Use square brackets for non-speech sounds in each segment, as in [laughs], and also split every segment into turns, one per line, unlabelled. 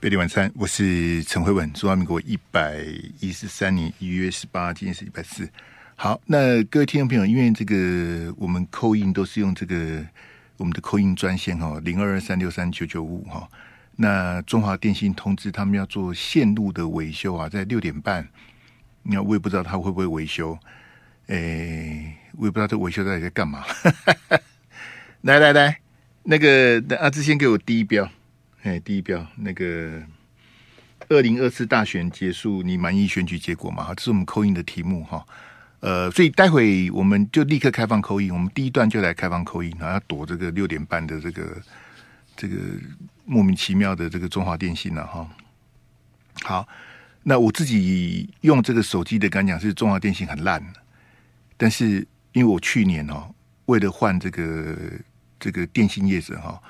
各地晚餐，我是陈慧文，中华民国一百一十三年一月十八，今天是一百四。好，那各位听众朋友，因为这个我们扣印都是用这个我们的扣印专线哈，零二二三六三九九五哈。那中华电信通知他们要做线路的维修啊，在六点半。那我也不知道他会不会维修，诶，我也不知道这维修到底在干嘛。 [laughs] 来来来，那个阿志先给我第一标，哎，第一标那个二零二四大选结束，你满意选举结果吗？好这是我们扣印的题目哈。呃，所以待会我们就立刻开放扣印，我们第一段就来开放扣印，然后要躲这个六点半的这个这个莫名其妙的这个中华电信了、啊哈。好，那我自己用这个手机的感讲是中华电信很烂，但是因为我去年哦，为了换这个这个电信业者哈、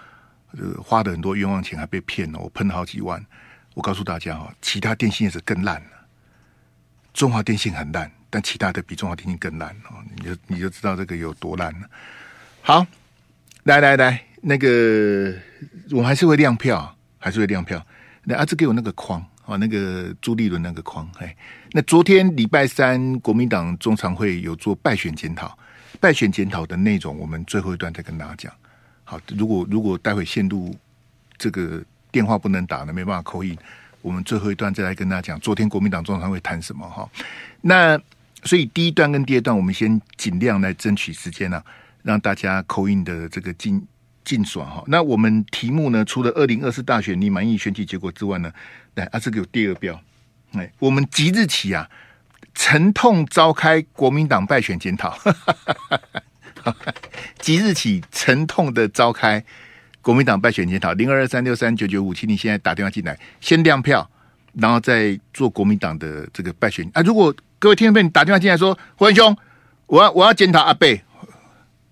呃，花的很多冤枉钱还被骗了，我喷了好几万。我告诉大家哦，其他电信业者更烂了，中华电信很烂，但其他的比中华电信更烂哦，你就你就知道这个有多烂了。好，来来来，那个我们还是会亮票，还是会亮票。那阿志给我那个框啊，那个朱立伦那个框。哎，那昨天礼拜三国民党中常会有做败选检讨，败选检讨的内容我们最后一段再跟大家讲。好，如果如果待会限度这个电话不能打了，没办法扣印，我们最后一段再来跟大家讲昨天国民党中常会谈什么哈。那所以第一段跟第二段，我们先尽量来争取时间啊，让大家扣印的这个进进爽哈。那我们题目呢，除了二零二四大选你满意选举结果之外呢，来啊，这个有第二标，哎，我们即日起啊，沉痛召开国民党败选检讨。即日起沉痛的召开国民党败选检讨，零二二三六三九九五七，你现在打电话进来，先亮票，然后再做国民党的这个败选啊。如果各位听众朋友你打电话进来说，胡文兄，我要我要检讨阿贝，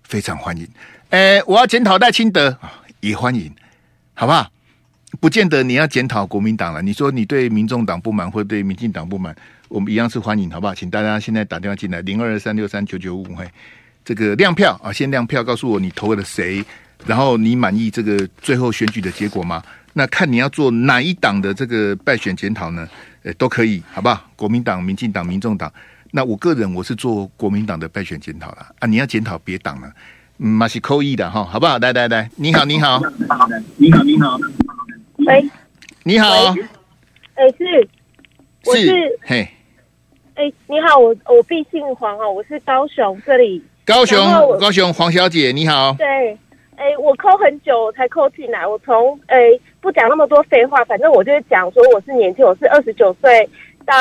非常欢迎。哎，我要检讨赖清德啊也欢迎，好不好？不见得你要检讨国民党了。你说你对民众党不满，或对民进党不满，我们一样是欢迎，好不好？请大家现在打电话进来，零二二三六三九九五，嘿，这个亮票啊，先亮票，告诉我你投了谁，然后你满意这个最后选举的结果吗？那看你要做哪一党的这个败选检讨呢？呃，都可以，好不好？国民党、民进党、民众党。那我个人我是做国民党的败选检讨啦。啊，你要检讨别党了，嗯，马西扣一的哈，好不好？来来来，你好，你好，
你好，你好，
喂，
你好，
哎、是，我是
嘿，
哎、你好，我我毕姓黄哦，我是高雄这里。
高雄
然后我
高雄黄小姐，你好，
对，哎、我扣很久才扣进来，我从哎、不讲那么多废话，反正我就是讲说我是年轻，我是二十九岁到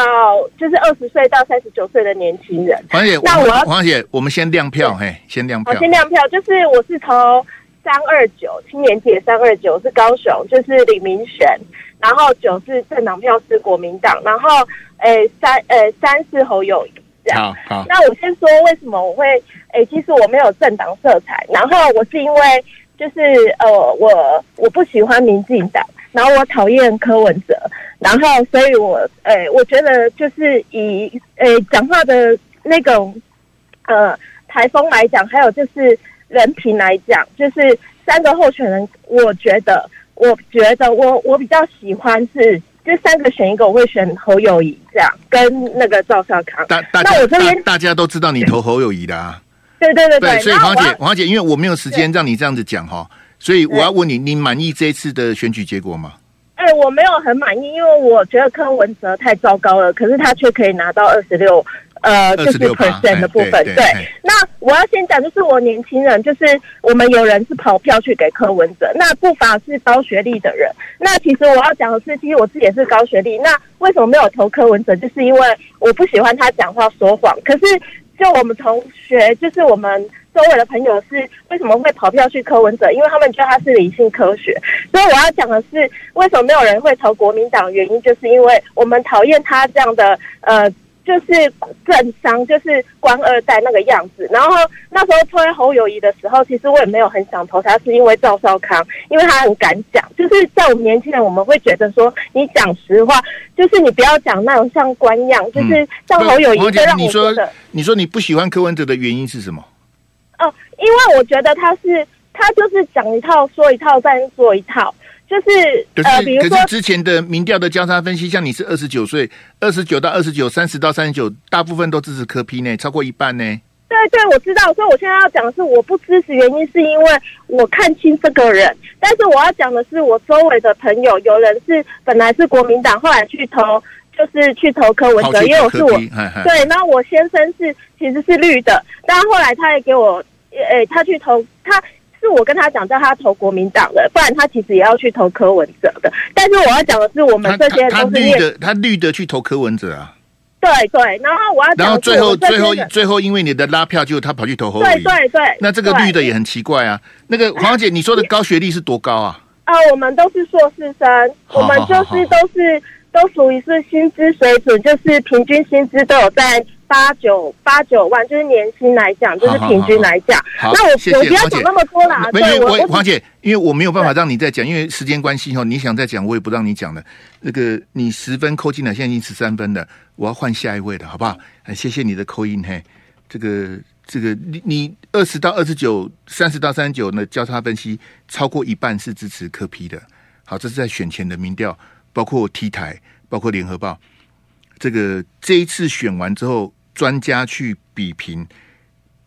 就是二十岁到三十九岁的年轻人。
黄姐，
那我要
黄姐，我们先亮票，嘿，先亮
好，
票，
先亮票，就是我是投三二九青年节三二九是高雄，就是李明选，然后九是政党票是国民党，然后诶三诶三是侯友谊。这样
好好，
那我先说为什么我会，诶、其实我没有政党色彩，然后我是因为就是呃，我我不喜欢民进党，然后我讨厌柯文哲，然后所以我，诶、我觉得就是以诶讲、话的那种呃台风来讲，还有就是人品来讲，就是三个候选人，我觉得，我觉得我我比较喜欢是。这三个选一个，我会选侯友谊这样，跟那个赵少康。
大
那
大家
我这
大
边
大家都知道你投侯友谊的啊，
对 [laughs] 对对
对，所以
然后
黄
我
姐
要，
黄姐，因为我没有时间让你这样子讲哈，所以我要问你，你满意这一次的选举结果吗？
哎、我没有很满意，因为我觉得柯文哲太糟糕了，可是他却可以拿到二十六，呃，就是
26趴
percent 的部分。
哎对对哎
那我要先讲，就是我年轻人，就是我们有人是跑票去给柯文哲，那不乏是高学历的人。那其实我要讲的是，其实我自己也是高学历，那为什么没有投柯文哲？就是因为我不喜欢他讲话说谎。可是就我们同学，就是我们周围的朋友是为什么会跑票去柯文哲？因为他们觉得他是理性科学。所以我要讲的是，为什么没有人会投国民党？原因就是因为我们讨厌他这样的呃。就是政商，就是官二代那个样子。然后那时候推侯友谊的时候，其实我也没有很想投他，是因为赵少康，因为他很敢讲。就是在我们年轻人，我们会觉得说，你讲实话，就是你不要讲那种像官样，就是像侯友谊
黄
会
嗯姐，
让
你
我
说
觉得。
你说你不喜欢柯文哲的原因是什么？
哦，因为我觉得他是他就是讲一套说一套再说一套，就是
可
呃，比如
是可
说
是之前的民调的交叉分析，像你是二十九岁，二十九到二十九，三十到三十九，大部分都支持柯批呢，超过一半呢。
对对，我知道，所以我现在要讲的是，我不支持原因是因为我看清这个人，但是我要讲的是，我周围的朋友有人是本来是国民党，后来去投就是去投柯文
跑
哲，
去
因为我是
柯
我
批，嗨嗨
对，然后我先生是其实是绿的，但后来他也给我，呃、他去投他。是我跟他讲叫他投国民党的，不然他其实也要去投柯文哲的。但是我要讲的是，我们
他
这些人
他他
都是
绿
念
的，他绿的去投柯文哲啊，
对对，然后我要
然
讲
后
的是
最
我
后
们这些
最后
人
最后因为你的拉票，就他跑去投侯友
对
宜。
对对，
那这个
对
绿的也很奇怪啊。那个黄小姐，你说的高学历是多高啊？
啊，我们都是硕士生，
好
我们就
好好
是都是都属于是薪资水准，就是平均薪资都有在八九八九万，就是年薪来讲，就是
好好
平均来讲。
好
那我
谢谢
我不要
黄姐
讲那么多啦，
没有，
对
因为我
我
黄姐，因为我没有办法让你再讲，因为时间关系哦，你想再讲我也不让你讲了。那个你十分扣进来，现在已经十三分了，我要换下一位了，好不好？哎，谢谢你的扣音嘿，这个这个你你二十到二十九，三十到三十九呢交叉分析，超过一半是支持柯批的。好，这是在选前的民调，包括 T 台，包括联合报。这个这一次选完之后，专家去比评，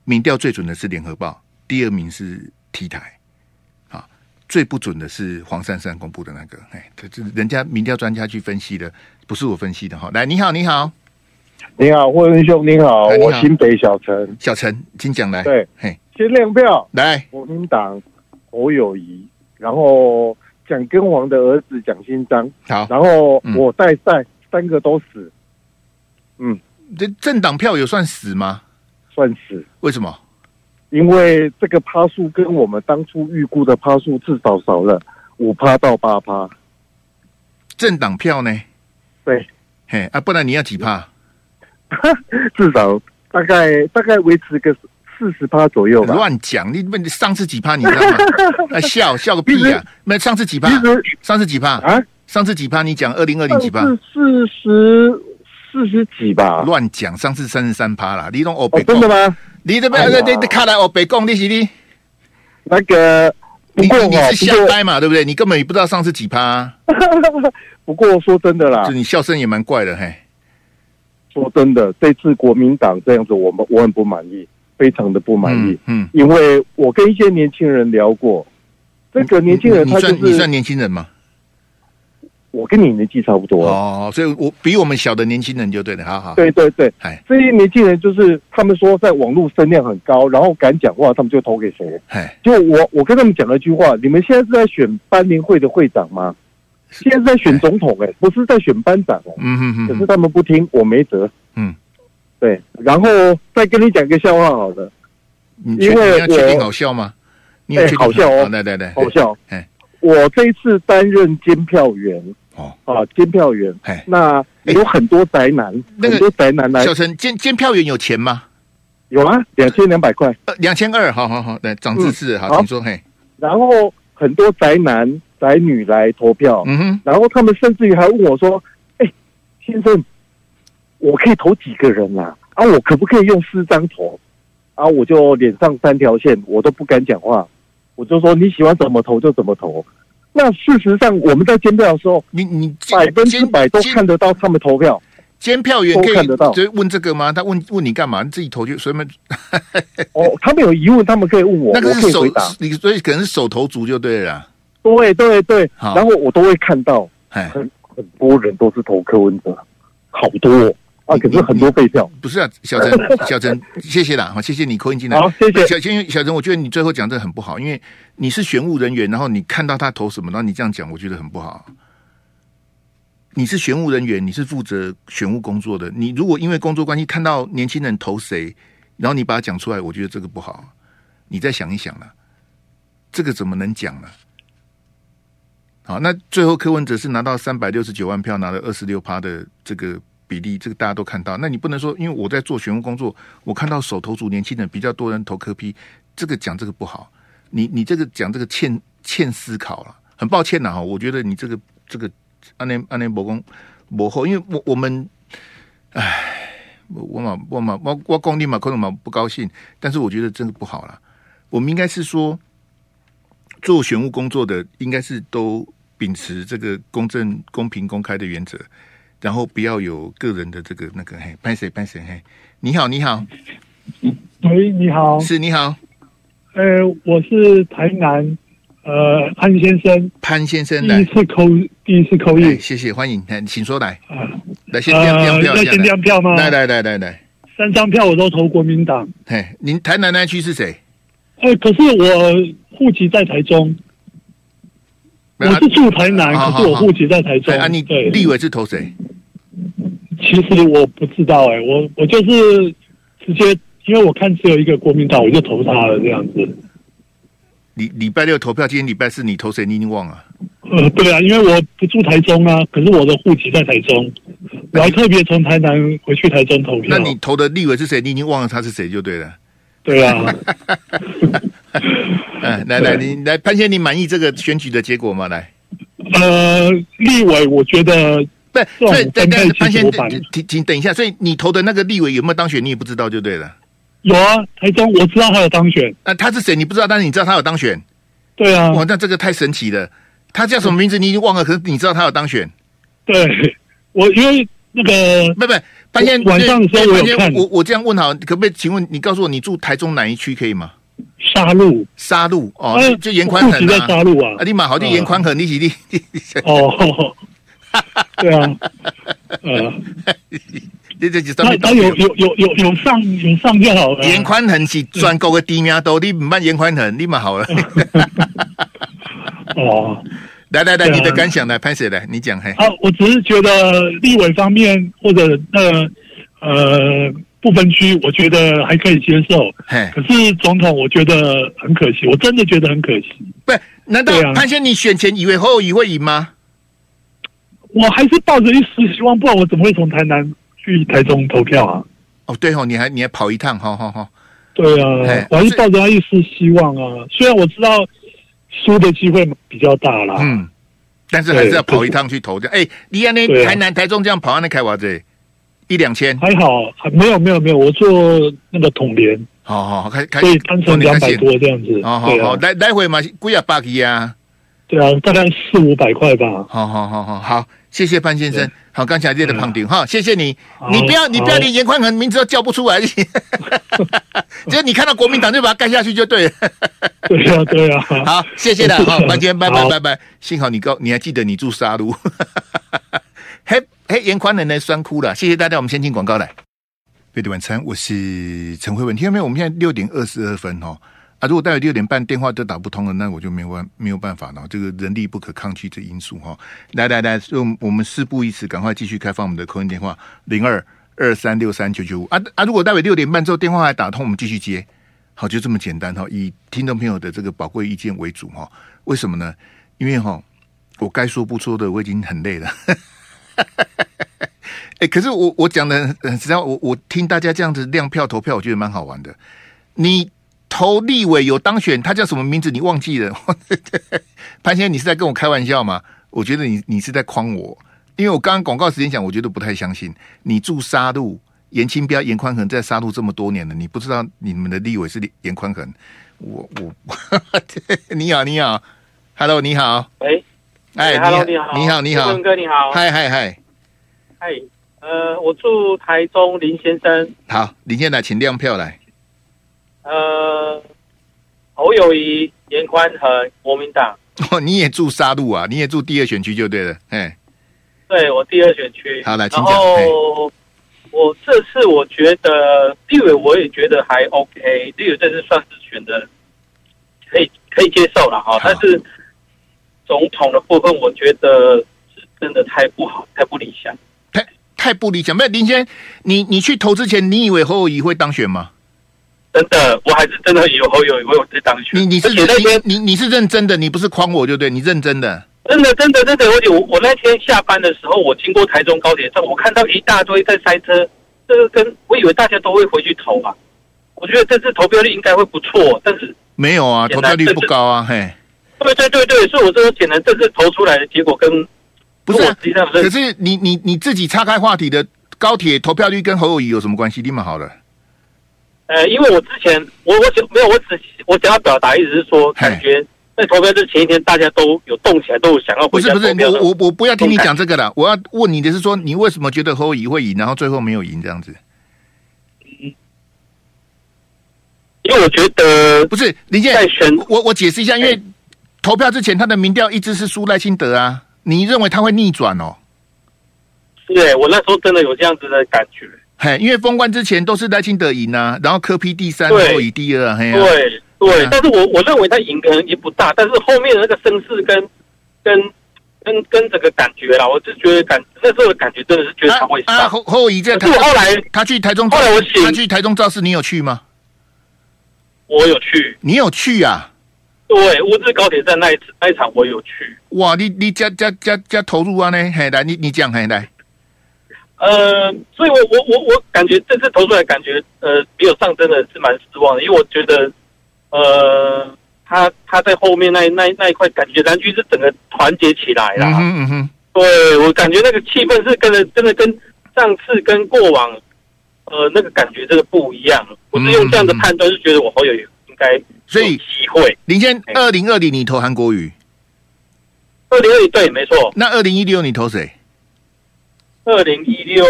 民调最准的是联合报，第二名是 T 台，啊，最不准的是黄珊珊公布的那个，哎，这这人家民调专家去分析的，不是我分析的哈。来，你好，你好，
你好，霍恩兄，您好，
哎你好
我新北小陈，
小陈，请讲来，
对，
嘿，
先亮票，
哎来，
国民党侯友谊，然后蒋根王的儿子蒋新章，
好，
然后
嗯
我代赛、三个都死，
这政党票有算死吗？
算死，
为什么？
因为这个趴数跟我们当初预估的趴数至少少了五趴到八趴， [laughs]
政党票呢？
对，
嘿啊，不然你要几趴？
至少大概大概维持个四十趴左右吧。
乱讲！
[laughs]
你问上次几趴你知道吗？啊，笑笑个屁呀、啊！没上次几趴
其？实
上次几趴？
啊，
上次几趴？你讲二零二零
上
几趴？
次四十四十几吧？
乱讲！上次三十三趴啦！你弄欧
哦
北，
真
贡
的，吗？
你这
哎
边呃
呀
你你看来欧北贡你是你
那个不
你
过
你你
哈，
是
不
瞎
过
掰嘛，对不对？你根本也不知道上次几趴、啊，
不过说真的啦
就，你笑声也蛮怪的嘿。
说真的，这次国民党这样子，我们我很不满意，非常的不满意，
嗯，嗯
因为我跟一些年轻人聊过，这个年轻人
你
他
你
就
算你
是
算年轻人嘛？
我跟你年纪差不多，
哦，所以我比我们小的年轻人就对了，好好。
对对对
哎，
这些年轻人就是他们说在网络声量很高，然后敢讲话，他们就投给谁。
嘿，
就我我跟他们讲了一句话：你们现在是在选班联会的会长吗？现在是在选总统哎、不是在选班长哎、
嗯哼哼
可
哼
是他们不听，我没辙。
嗯，
对，然后再跟你讲个笑话好了，
你确
因为
你要嗯确定
我
好笑吗？你有确定
哎好笑哦
来来来，
好笑
哎。
我这一次担任监票员
哦，
啊，监票员，
哎，
那有很多宅男，
那个
很多宅男来
小陈监监票员有钱吗？
有啊，两千两百块，
呃，两千二，好好好，来长知识，好，
好
请说，嘿，
然后很多宅男宅女来投票，
嗯哼，
然后他们甚至于还问我说：“哎、先生，我可以投几个人啦、啊？我可不可以用四张投？”啊，我就脸上三条线，我都不敢讲话，我就说你喜欢怎么投就怎么投。那事实上，我们在监票的时候，
你你
百分之百都看得到他们投票。
监票员可
都
以
看得到
就问这个吗？他问问你干嘛？你自己投就随便，
哦，他们有疑问，他们可以问我，
那个
我可
是
以
手
回答。，
你所以可能是手头族就对了啦，
对对对，
好
然后我都会看到
哎，
很多人都是投柯文哲，好多、哦、啊，
你
可是很多废票。
不是啊，小陈，
[laughs]
小陈，谢谢啦，好，谢谢你扣音进来，
好，谢谢。
小陈，小陈，我觉得你最后讲这很不好，因为你是选务人员，然后你看到他投什么，然后你这样讲，我觉得很不好。你是选务人员，你是负责选务工作的，你如果因为工作关系看到年轻人投谁，然后你把它讲出来，我觉得这个不好。你再想一想了，这个怎么能讲呢？好，那最后柯文哲是拿到三百六十九万票，拿了二十六趴的这个比例，这个大家都看到。那你不能说，因为我在做选务工作，我看到手头族年轻人比较多人投柯批，这个讲这个不好。你你这个讲这个欠欠思考了，很抱歉了哈。我觉得你这个这个安内安内伯公伯后，因为我我们，唉，我我嘛我嘛我我工地嘛可能嘛不高兴，但是我觉得真的不好了。我们应该是说，做选务工作的应该是都秉持这个公正、公平、公开的原则，然后不要有个人的这个那个嘿，拍谁拍谁嘿。你好，你好，
喂，你好，
是你好，
呃，我是台南呃安先生，
潘先生
第
来
一，次扣第一次扣
哎
印
谢谢欢迎，哎请说来，
啊，
来先亮亮
呃，
票
要
一下
先亮票吗？
来，来来来来来，
三张票我都投国民党，
嘿，您台南那区是谁？
呃，可是我户籍在台中，我
啊
是住台南，
好
可是我
好好
户籍在台中
对啊，你，
对，
立委是投谁？
其实我不知道哎、我我就是直接，因为我看只有一个国民党，我就投他了这样子。
礼礼拜六投票，今天礼拜四你投谁？你已经忘了。
呃，对啊，因为我不住台中啊，可是我的户籍在台中，我还特别从台南回去台中投票。
哎那你投的立委是谁？你已经忘了他是谁就对了。
对啊，
[laughs] 嗯，来来，你来潘先，你满意这个选举的结果吗？来，
呃，立委我觉得
不，
这种
所以对，
分配
但是潘
其实
先
我满意，
请请等一下，所以你投的那个立委有没有当选，你也不知道就对了。
有啊，台中我知道他有当选。
啊，他是谁你不知道，但是你知道他有当选，
对啊，
哇，那这个太神奇了。他叫什么名字你已经忘了，可是你知道他有当选，
对，我因为那个
不不，潘先
晚上的时候我有
潘先
看
我我这样问好，可不可以？请问你告诉我，你住台中哪一区可以吗？
杀戮，
沙鹿哦
哎，
就严宽
户籍
恒
在
啊，
杀戮啊
啊，，你马好就严宽恒，你是你你
哦， [laughs] 对
[laughs]
啊，呃。
你这是什
他
么
他有有有有有上有上就好了。啊
严宽恒是全国的第一名都，你唔办严宽恒，你蛮好了。
[laughs] 哦
[laughs] 来来来，
对啊
你的感想来，潘谁来？你讲嘿。
啊，我只是觉得立委方面或者那个呃不分区，我觉得还可以接受。
嘿，
可是总统，我觉得很可惜，我真的觉得很可惜。
不，难道
对啊
潘先你选前以为后以会赢吗？
我还是抱着一丝希望，不然我怎么会从台南去台中投票啊？
哦，对哦，你还你还跑一趟，哈哈哈。
对
哎
啊，我还是抱着一丝希望啊。虽然我知道输的机会比较大啦，
嗯，但是还是要
对
跑一趟去投掉。哎，你安那
对啊
台南、台中这样跑，安那开瓦子一两千，
还好，还没有没有没有，我做那个统联，
好好哦开开，
所以单程
哦你
两
开
百
线
多这样子。
哦，好
对
好
啊，
来来回嘛，贵啊八亿啊。哦
对啊，
[laughs]
大概四五百块吧。
好好好好好，谢谢潘先生。好，刚才列的胖丁哈，谢谢你。
嗯好
你不要你不要
好
连严宽恒名字都叫不出来， [laughs] 就是你看到国民党就把它盖下去就对了。
对啊，对啊。
好，谢
[laughs]
谢了，好，潘先生，拜拜
好
拜拜。幸好你告你还记得你住沙鹿， [laughs] 嘿嘿，严宽恒呢酸哭了。谢谢大家，我们先进广告来。贝的晚餐，我是陈慧文。听到没有？我们现在六点二十二分哦。啊，如果待会六点半电话都打不通了，那我就没完没有办法了。这个人力不可抗拒这因素哈、哦来来来，所以我们我们事不宜迟，赶快继续开放我们的扣音电话零二二三六三九九五啊啊！如果待会六点半之后电话还打通，我们继续接。好，就这么简单哈、以听众朋友的这个宝贵意见为主哈、为什么呢？因为哈、我该说不说的我已经很累了。哎、可是我我讲的，呃只要我我听大家这样子亮票投票，我觉得蛮好玩的。你投立委有当选，他叫什么名字你忘记了？ [laughs] 潘先生，你是在跟我开玩笑吗？我觉得你你是在诓我，因为我刚刚广告时间讲，我觉得不太相信。你住沙鹿，严清标、严宽恒在沙鹿这么多年了，你不知道你们的立委是严宽恒？我我， [laughs] 你好你好，Hello 你好，
喂，
哎
，Hello，你好，
你好你好
文，哥你好，
嗨嗨嗨，
嗨，呃，我住台中林先生，
好，林先来，请亮票来。
呃，侯友谊、严宽和国民党，
哦，你也住沙鹿啊？你也住第二选区就对了。哎，
对我第二选区。
好来请
然
讲
后我这次我觉得立委我也觉得还 OK，立委这次算是选的可以可以接受了哈
好，
但是总统的部分我觉得是真的太不好，太不理想。
太太不理想。不是林先生，你你去投之前，你以为侯友谊会当选吗？
真的，我还是真的以后有为我在当选。
你你是
而且那天
你你你是认真的，你不是诓我就对，你认真的。
真的，真的，真的，而且我我那天下班的时候，我经过台中高铁站，我看到一大堆在塞车，这个跟我以为大家都会回去投啊。我觉得这次投票率应该会不错，但是
没有啊，投票率不高啊，嘿，
对对对对，所以我这个显然这次投出来的结果跟
不是、
跟我
啊。
实际上
可
认
是你你你自己岔开话题的高铁投票率跟侯友谊有什么关系？立马好了，
呃，因为我之前我我想没有，我只我想要表达意思是说，
嘿
感觉在投票日前一天，大家都有动起来，都有想要
[laughs] 不
回
是
家
不是
投，票
我
的。
我我不要听你讲这个了，我要问你的是说，你为什么觉得侯乙会赢，然后最后没有赢这样子？
因为我觉得
不是林健
在，选哎
我我解释一下，因为投票之前他的民调一直是输赖清德啊，你认为他会逆转哦？
是哎、我那时候真的有这样子的感觉。
嘿，因为封冠之前都是赖清德赢啊，然后柯 P 第三，
对
侯乙第二啊，嘿啊，
对对
啊，
但是我我认为他赢可能也不大，但是后面的那个声势跟跟跟跟整个感觉啦，我就觉得感那时候的感觉真的是觉得他会
啊啊
上。
侯侯乙在
可
台
是我后来
他去台中，
后来我请
他去台中造势，你有去吗？
我有去，
你有去啊？
对乌日高铁站那一次那一场我有去。
哇，你你加加加加投入啊呢？嘿，来你你讲，嘿来，
呃，所以我我我我感觉这次投出来感觉呃没有上真的是蛮失望的，因为我觉得呃他他在后面那一那一那一块感觉蓝军是整个团结起来啦。
嗯哼嗯哼，
对我感觉那个气氛是跟着真的跟上次跟过往，呃，那个感觉真的不一样。我是用这样的判断，是觉得我好友应该
所
有
以
机会。
林先
哎
二零二零你投韩国瑜，
二零二一对，没错，
那二零一六你投谁？
二零一六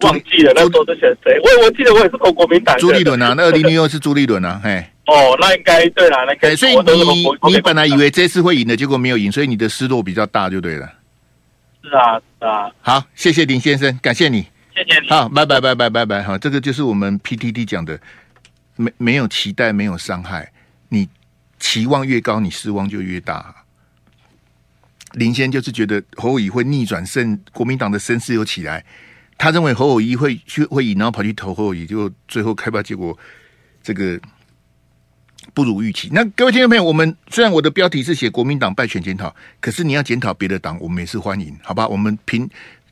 忘记了那时候是选谁？我我记得我也是投国民党的
朱立伦啊，那二零一六是朱立伦啊，嘿。
[laughs] 哦，那应 [laughs] 该对啦，那应该
哎，所以
我都是投
你你本来以
国民
为这次会赢的，结果没有赢，所以你的失落比较大，就对了。
党是啊是啊，
好，谢谢林先生，感谢你。
谢谢你。
好，拜拜拜拜拜拜。好，这个就是我们 PTT 讲的，没没有期待，没有伤害。你期望越高，你失望就越大。林先就是觉得侯友谊会逆转胜，国民党的声势又起来，他认为侯友谊会去会赢，然后跑去投侯友谊，就最后开票结果这个不如预期。那各位听众朋友，我们虽然我的标题是写国民党败选检讨，可是你要检讨别的党，我们也是欢迎，好吧？我们平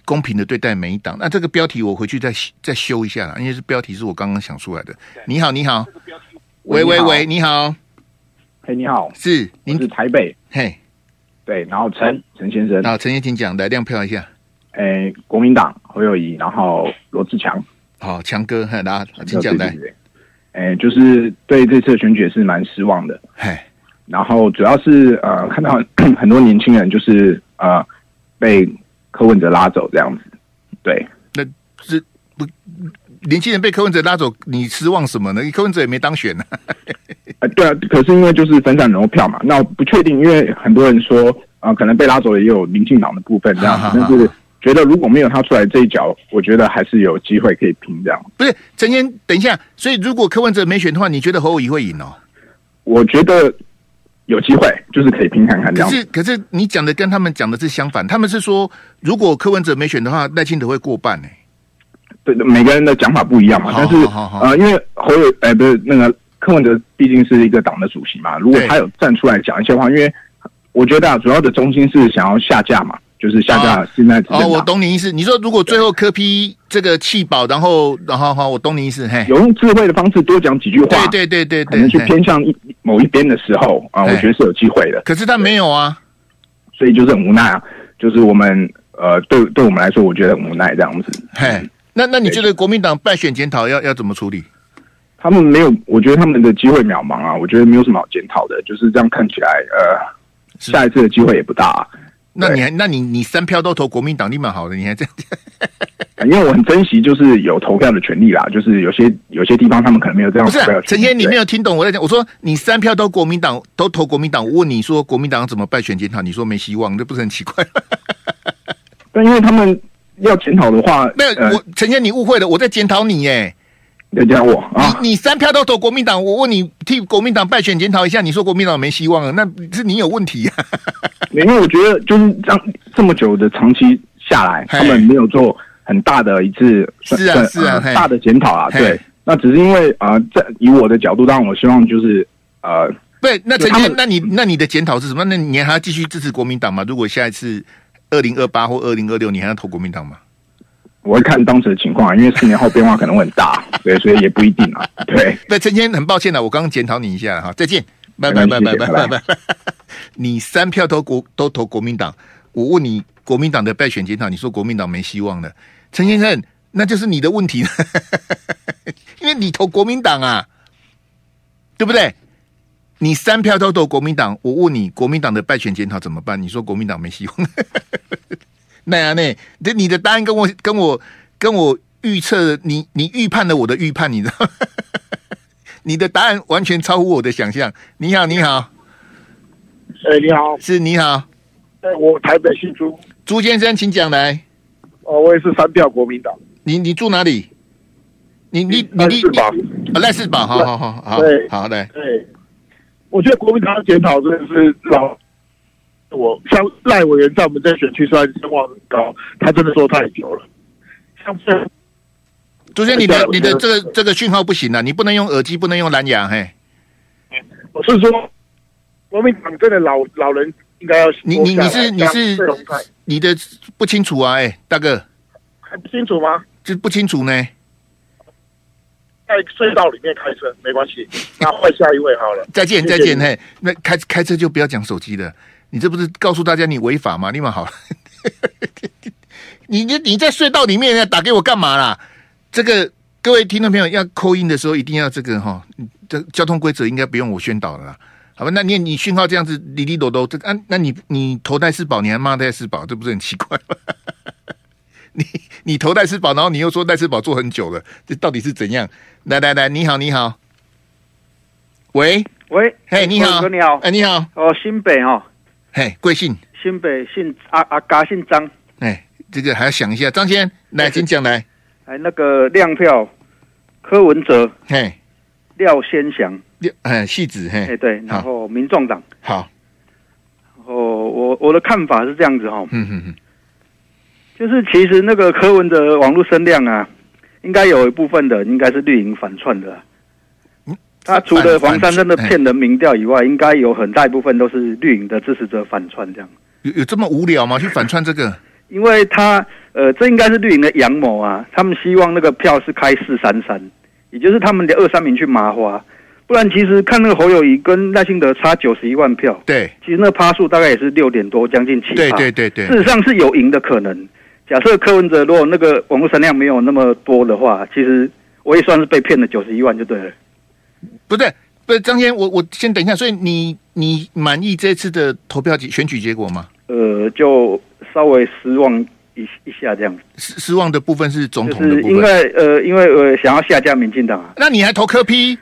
公平的对待每一党。那这个标题我回去再再修一下啦，因为这标题是我刚刚想出来的。你好，你好，喂喂喂，，你好，
嘿，你好，
是
我
您
是台北，
嘿，啊
对，然后陈陈先生，
好，陈先请讲，来亮票一下。
诶、国民党侯友谊，然后罗志强，
好，强哥，嘿，来，请讲来
对，对对诶、就是对这次的选举也是蛮失望的，
[laughs] 嘿，
然后主要是呃，看到很多年轻人就是呃被柯文哲拉走这样子，对，
这不年轻人被柯文哲拉走，你失望什么呢？柯文哲也没当选呢、啊
呃，对啊，可是因为就是分散人物票嘛，那我不确定，因为很多人说啊、呃可能被拉走的也有民进党的部分这
[laughs]
样子，但是觉得如果没有他出来这一脚，我觉得还是有机会可以拼这样。
[laughs] 不是，陈先，等一下，所以如果柯文哲没选的话，你觉得侯友谊会赢哦？
我觉得有机会，就是可以拼看看这
可
样。
是，可是你讲的跟他们讲的是相反，他们是说，如果柯文哲没选的话，赖清德会过半呢、
对，每个人的讲法不一样嘛。
好
但是
好好好
呃，因为侯友，哎、不是那个柯文哲，毕竟是一个党的主席嘛。如果
对
他有站出来讲一些话，因为我觉得啊，主要的中心是想要下架嘛，就是下架现在执政
哦，
党。
我懂你意思。你说如果最后柯批这个弃保，然后，然后，好，我懂你意思。嘿，
有用智慧的方式多讲几句话，
对对对对
可能去
对。嘿
偏向一某一边的时候啊、
对
我觉得是有机会的。
可是他没有啊。
所以就是很无奈啊，就是我们呃，对对我们来说，我觉得很无奈这样子。
嘿，那那你觉得国民党败选检讨要要怎么处理？
他们没有，我觉得他们的机会渺茫啊，我觉得没有什么好检讨的，就是这样看起来，呃，
是
下一次的机会也不大、啊
那你还，那你你三票都投国民党，你蛮好的，你还这样讲。
因为我很珍惜就是有投票的权利啦，就是有些有些地方他们 [laughs] 可能没有这样
不
投
是、
票
啊
的，权
陈
利。
先，你没
对
有听懂我在讲。我说你三票都国民党，都投国民党。我问你说国民党要怎么败选检讨，你说没希望，这不是很奇怪吗？
但因为他们要检讨的话，
没有，
呃
我陈先你误会了，我在检讨你耶。
要讲我啊，
你你三票都投国民党，我问你替国民党败选检讨一下，你说国民党没希望了，那是你有问题啊呀、
因为我觉得就是这样这么久的长期下来，
嘿
他们没有做很大的一次算
是啊
算
是啊
呃
嘿
大的检讨啊，
嘿
对，那只是因为啊，在以我的角度，当然我希望就是呃，
对，那陈
他
先
们，
那你那你的检讨是什么？那你还要继续支持国民党吗？如果下一次二零二八或二零二六，你还要投国民党吗？
我会看当时的情况，啊因为四年后变化可能会很
[laughs]
大，对，所以也不一定啊。对，
那陈先，很抱歉了，我刚刚检讨你一下了哈，再见，拜拜
没
拜
关
拜
系谢
拜
谢
拜
拜
拜。 [laughs] 你三票投国都投国民党，我问你国民党的败选检讨，你说国民党没希望了，陈先生，那就是你的问题了， [laughs] 因为你投国民党啊，对不对？你三票都投国民党，我问你，国民党的败选检讨怎么办？你说国民党没希望， [laughs] 那样那，这你的答案跟我跟我跟我预测，你你预判了我的预判，你知道吗？你的答案完全超乎我的想象。你好，你好，
哎，你好，
是你好，
哎，我台北新竹，
朱先生，请讲来。
呃，我也是三票国民党，
你你住哪里？你你你
赖
你
世宝
你啊赖世宝，好好好好
对
好来，
对，我觉得国民党检讨真的
[laughs]
是 [laughs] 老，我像赖委员在我们这选区虽然声望很高，他真的做太久了，像这
朱先生，你的
我
你
觉得
的这个这个讯号不行了，啊你不能用耳机，不能用蓝牙，嘿，
我是说，国民党真的老老人应该要
你你你
活下
是
来
你是
这种派
你的不清楚啊，哎，大哥，
还不清楚吗？
这不清楚呢。
在隧道里面开车没关系，那换下一位好了。
再见，
谢
再
谢
见，
你
嘿，那开开车就不要讲手机了，你这不是告诉大家你违法吗？立马好 [laughs] 了，你你你在隧道里面打给我干嘛啦？这个各位听众朋友要扣音的时候一定要这个哈，这交通规则应该不用我宣导了啦。好吧，那你你讯号这样子里里抖抖，这个啊，那你你头戴是宝，你还骂戴是宝，这不是很奇怪吗？ [laughs] 你你头戴是宝，然后你又说戴是宝做很久了，这到底是怎样？来来来，你好，你好，喂，
喂，
嘿，你好，
哥你好，
哎，你好，
哦，新北哦，
嘿，贵姓？
新北姓阿阿嘎姓张，
哎，这个还要想一下。张先，来，请讲来。
哎，那个亮票，柯文哲、
嘿，
廖先祥，
六，哎，戏子，
哎
嘿，
对，然后民众党，
好，
哦，我我的看法是这样子哈、哦，
嗯嗯嗯，
就是其实那个柯文哲网络声量啊，应该有一部分的应该是绿营反串的啊
嗯。
他除了黄珊珊的
反
骗人民调以外，应该有很大一部分都是绿营的支持者反串这样，
有有这么无聊吗？去反串这个？
因为他呃，这应该是绿营的阳谋啊，他们希望那个票是开四三三，也就是他们的二三名去麻花，不然其实看那个侯友谊跟赖清德差九十一万票，
对，
其实那趴数大概也是六点多，将近七趴。
对，对，对，对，
哎啊事实上是有赢的可能。假设柯文哲如果那个网络声量没有那么多的话，其实我也算是被骗了九十一万就对了。
不对，不是张先，我我先等一下。所以你你满意这次的投票结选举结果吗？
呃，就稍微失望一一下这样子，
失失望的部分是总
就
统的
是
部
因
分。
为呃，因为呃想要下架民进党啊，
那你还投柯批？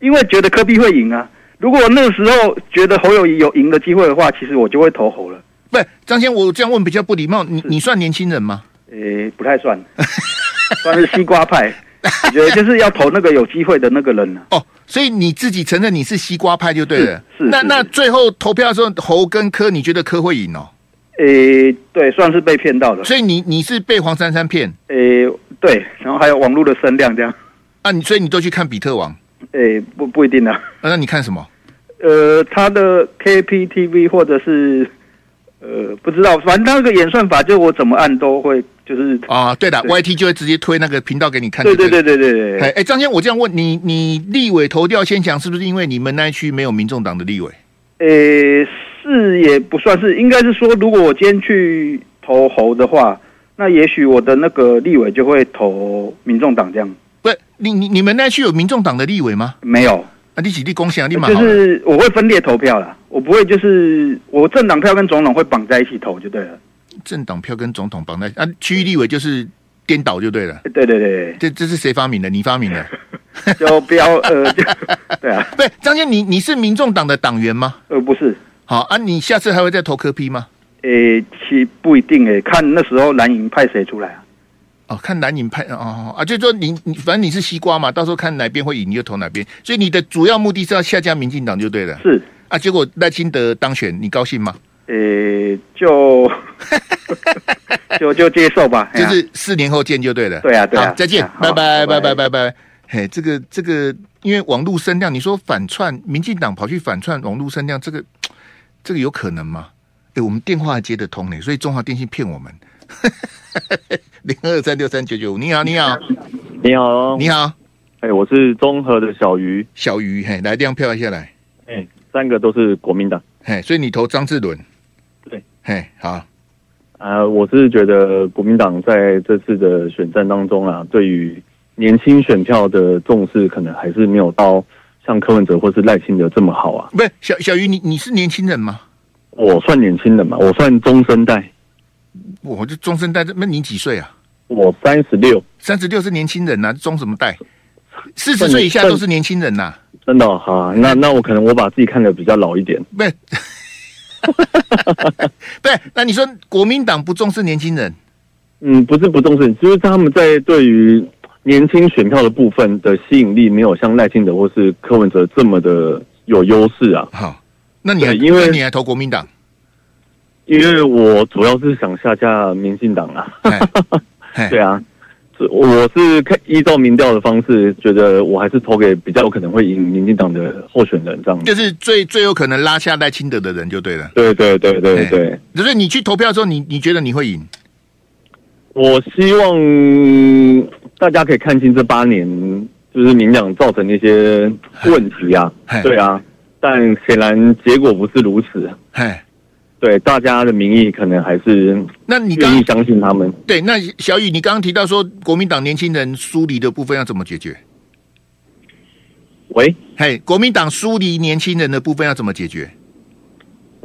因为觉得柯比会赢啊。如果我那个时候觉得侯友谊有赢的机会的话，其实我就会投
[laughs]
侯了。
不是，张先，我这样问比较不礼貌。你你算年轻人吗？
呃，不太算，算是西瓜派。我觉得就是要投那个有机会的那个人啊。
哦，所以你自己承认你是西瓜派就对了。
是是
那
是
那最后投票的时候，侯跟柯，你觉得柯会赢哦？
呃，对，算是被骗到了。
所以你你是被黄珊珊骗
诶、对，然后还有网络的声量这样，
啊？你所以你都去看比特王？啊、
诶、不不一定啊。
那你看什么？
呃，他的 KPTV 或者是呃，不知道，反正他那个演算法，就我怎么按都会，就是、
啊，对的
对
，YT 就会直接推那个频道给你看。
对对
对
对对对
哎
对，
哎，张先，我这样问你，你立委投掉先讲，是不是因为你们那一区没有民众党的立委？
呃，是也不算是，应该是说，如果我今天去投猴的话，那也许我的那个立委就会投民众党这样，
不是，你你你们那一区有民众党的立委吗？
没有，
啊，你几立恭喜啊，立马
就
好了。
是我会分裂投票啦，我不会就是我政党票跟总统会绑在一起投就对了，
政党票跟总统绑在啊，区域立委就是颠倒就对了。
对对对对。
这这是谁发明的？你发明的？
[laughs] 就不要呃，
[laughs]
就对啊，
不是，张先，你你是民众党的党员吗？
呃，不是，呃
好啊，你下次还会再投柯批吗？
诶、其不一定诶、看那时候蓝营派谁出来啊？
哦，看蓝影派哦哦啊，就说你你反正你是西瓜嘛，到时候看哪边会赢你就投哪边，所以你的主要目的是要下架民进党就对了
是，
啊。结果赖清德当选，你高兴吗？
诶、呃
[laughs]
就就就接受吧，哎
就
呀
是四年后见就 [laughs] 对了。
对啊对啊
好再见
啊，
拜
好
拜拜
拜
拜
拜
拜拜。嘿，这个这个，因为网络声量，你说反串民进党跑去反串网络声量，这个这个有可能吗？哎，我们电话还接得通呢，所以中华电信骗我们。 [laughs] 零二三六三九九五，你好，你好，
你好，
你好，
哎，我是综合的小鱼，
小鱼，嘿，来亮票一下来。
哎，三个都是国民党，
嘿，所以你投张志伦，
对，
嘿，哎好，
啊，我是觉得国民党在这次的选战当中啊，对于年轻选票的重视可能还是没有到像柯文哲或是赖清德这么好啊。
不是小小鱼，你你是年轻人吗？
我算年轻人嘛，我算中生代，
我就终身代，那你几岁啊？
我三十六，
三十六是年轻人呐、中什么代？四十岁以下
算
都是年轻人呐、
真的哦好啊、那那我可能我把自己看得比较老一点。
不是，不是，那你说国民党不重视年轻人？
嗯，不是不重视，就是他们在对于年轻选票的部分的吸引力，没有像赖清德或是柯文哲这么的有优势啊。
好，那你还
对因为
那你还投国民党？
因为我主要是想下架民进党啊。 [laughs]
哎哎
对啊，这我是看依照民调的方式，觉得我还是投给比较有可能会赢民进党的候选人这样子。
就是最最有可能拉下赖清德的人就对了。
对对对对对，
就是你去投票的时候，你你觉得你会赢？
我希望大家可以看清这八年就是民党造成的一些问题啊
嘿，
对啊，但显然结果不是如此。
哎，
对大家的民意，可能还是
那你刚
愿意相信他们。
对那小雨，你刚刚提到说国民党年轻人疏离的部分要怎么解决？
喂，
嘿，国民党疏离年轻人的部分要怎么解决？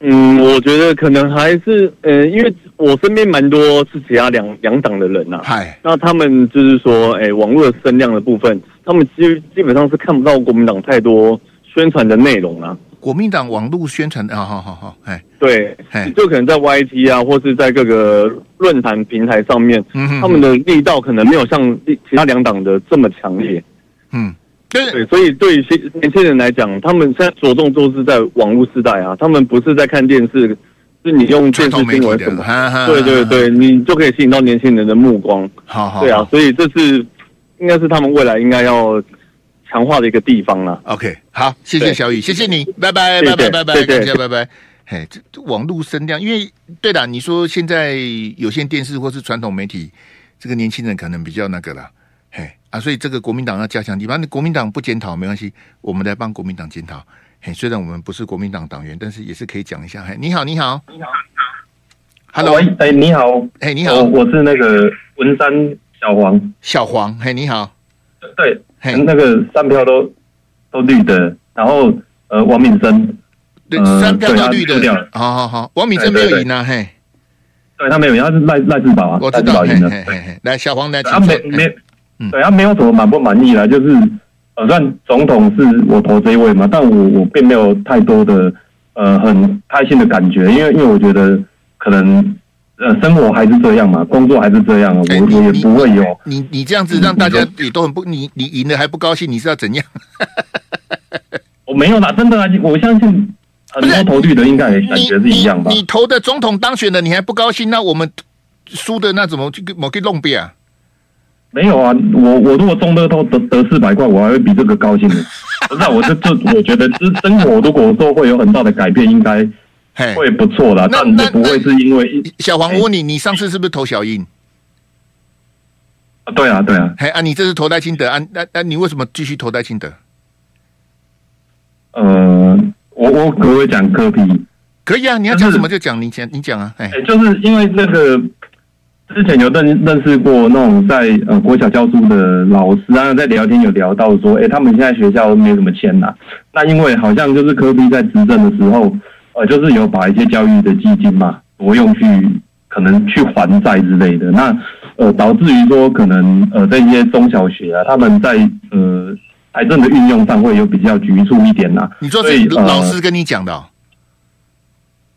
嗯，我觉得可能还是，呃，因为我身边蛮多是其他两两党的人呐、
嗨，
那他们就是说，哎、网络的声量的部分，他们基基本上是看不到国民党太多宣传的内容啊。
国民党网络宣传啊，好好好，哎，
对
嘿，
就可能在 YT 啊，或是在各个论坛平台上面，
嗯哼
他们的力道可能没有像其他两党的这么强烈。
嗯，就是
对，所以对于新年轻人来讲，他们现在着重都是在网络时代啊，他们不是在看电视，是你用
传
电视
统媒
新
体
闻
的
什，么，
哈哈哦
对对，对，你就可以吸引到年轻人的目光。
好好，
对啊
好，
所以这是应该是他们未来应该要强化的一个地方啦、
，OK，好，谢谢
对
小雨，谢谢你，拜拜，
谢
拜
谢
拜，拜拜，
谢谢
感谢，拜拜。嘿，这这网络声量，因为对啦，你说现在有线电视或是传统媒体，这个年轻人可能比较那个啦，嘿啊，所以这个国民党要加强地方，那国民党不检讨没关系，我们来帮国民党检讨。嘿，虽然我们不是国民党党员，但是也是可以讲一下。嘿，你好，你好，你好，Hello，
喂，哎，你好，
嘿，你
我
好，
我是那个文山小黄，
小黄，嘿，你好，
对，
嘿，
那个三票都都绿的，然后呃，王敏生，
对，
呃
三票
对
都
他
绿的啊
输掉了，
好好好，王敏珍没
对对
有
对
赢啊，嘿，
对他没有赢，他是赖赖志宝啊，
我
赖
知
志
道，
宝
嘿
赢了，啊
嘿嘿嘿，来，小黄来，
他
请
没
坐嘿
没
嗯，
对他没有什么满不满意啦，就是呃，算总统是我投这一位嘛，但我我并没有太多的呃很开心的感觉，因为因为我觉得可能呃生活还是这样嘛，工作还是这样，啊我
哎你
我也
你
不会有。
你你这样子让大
嗯
家也都很不，你你赢了还不高兴，你是要怎样？
[laughs] 我没有啦，真的啊，我相信很多投绿的应该也感
你
觉是一样吧
你。你投的总统当选了，你还不高兴，那我们输的那怎么去我去弄别啊？
没有啊，我我如果中乐透得得四百块，我还会比这个高兴的。不是、啊，我就
[laughs]
就我觉得这生活如果说会有很大的改变，应该
嘿，
会不错啦，
那
但是不会是因为一
小黄，我问你，你上次是不是投小英？
啊对啊对啊，
嘿啊，你这是投戴清德啊？那、那、你为什么继续投戴清德？
呃，我我可不可以讲科比？
可以啊，你要讲什么就讲，你讲你讲啊，哎
哎、，就是因为那个之前有认认识过那种在呃国小教书的老师啊，在聊天有聊到说，哎、他们现在学校没什么钱呐、那因为好像就是科比在执政的时候，呃，就是有把一些教育的基金嘛挪用去可能去还债之类的，那呃导致于说可能呃这些中小学啊，他们在呃财政的运用上会有比较局促一点呐、
你说
所
是
以呃
老师跟你讲的、哦？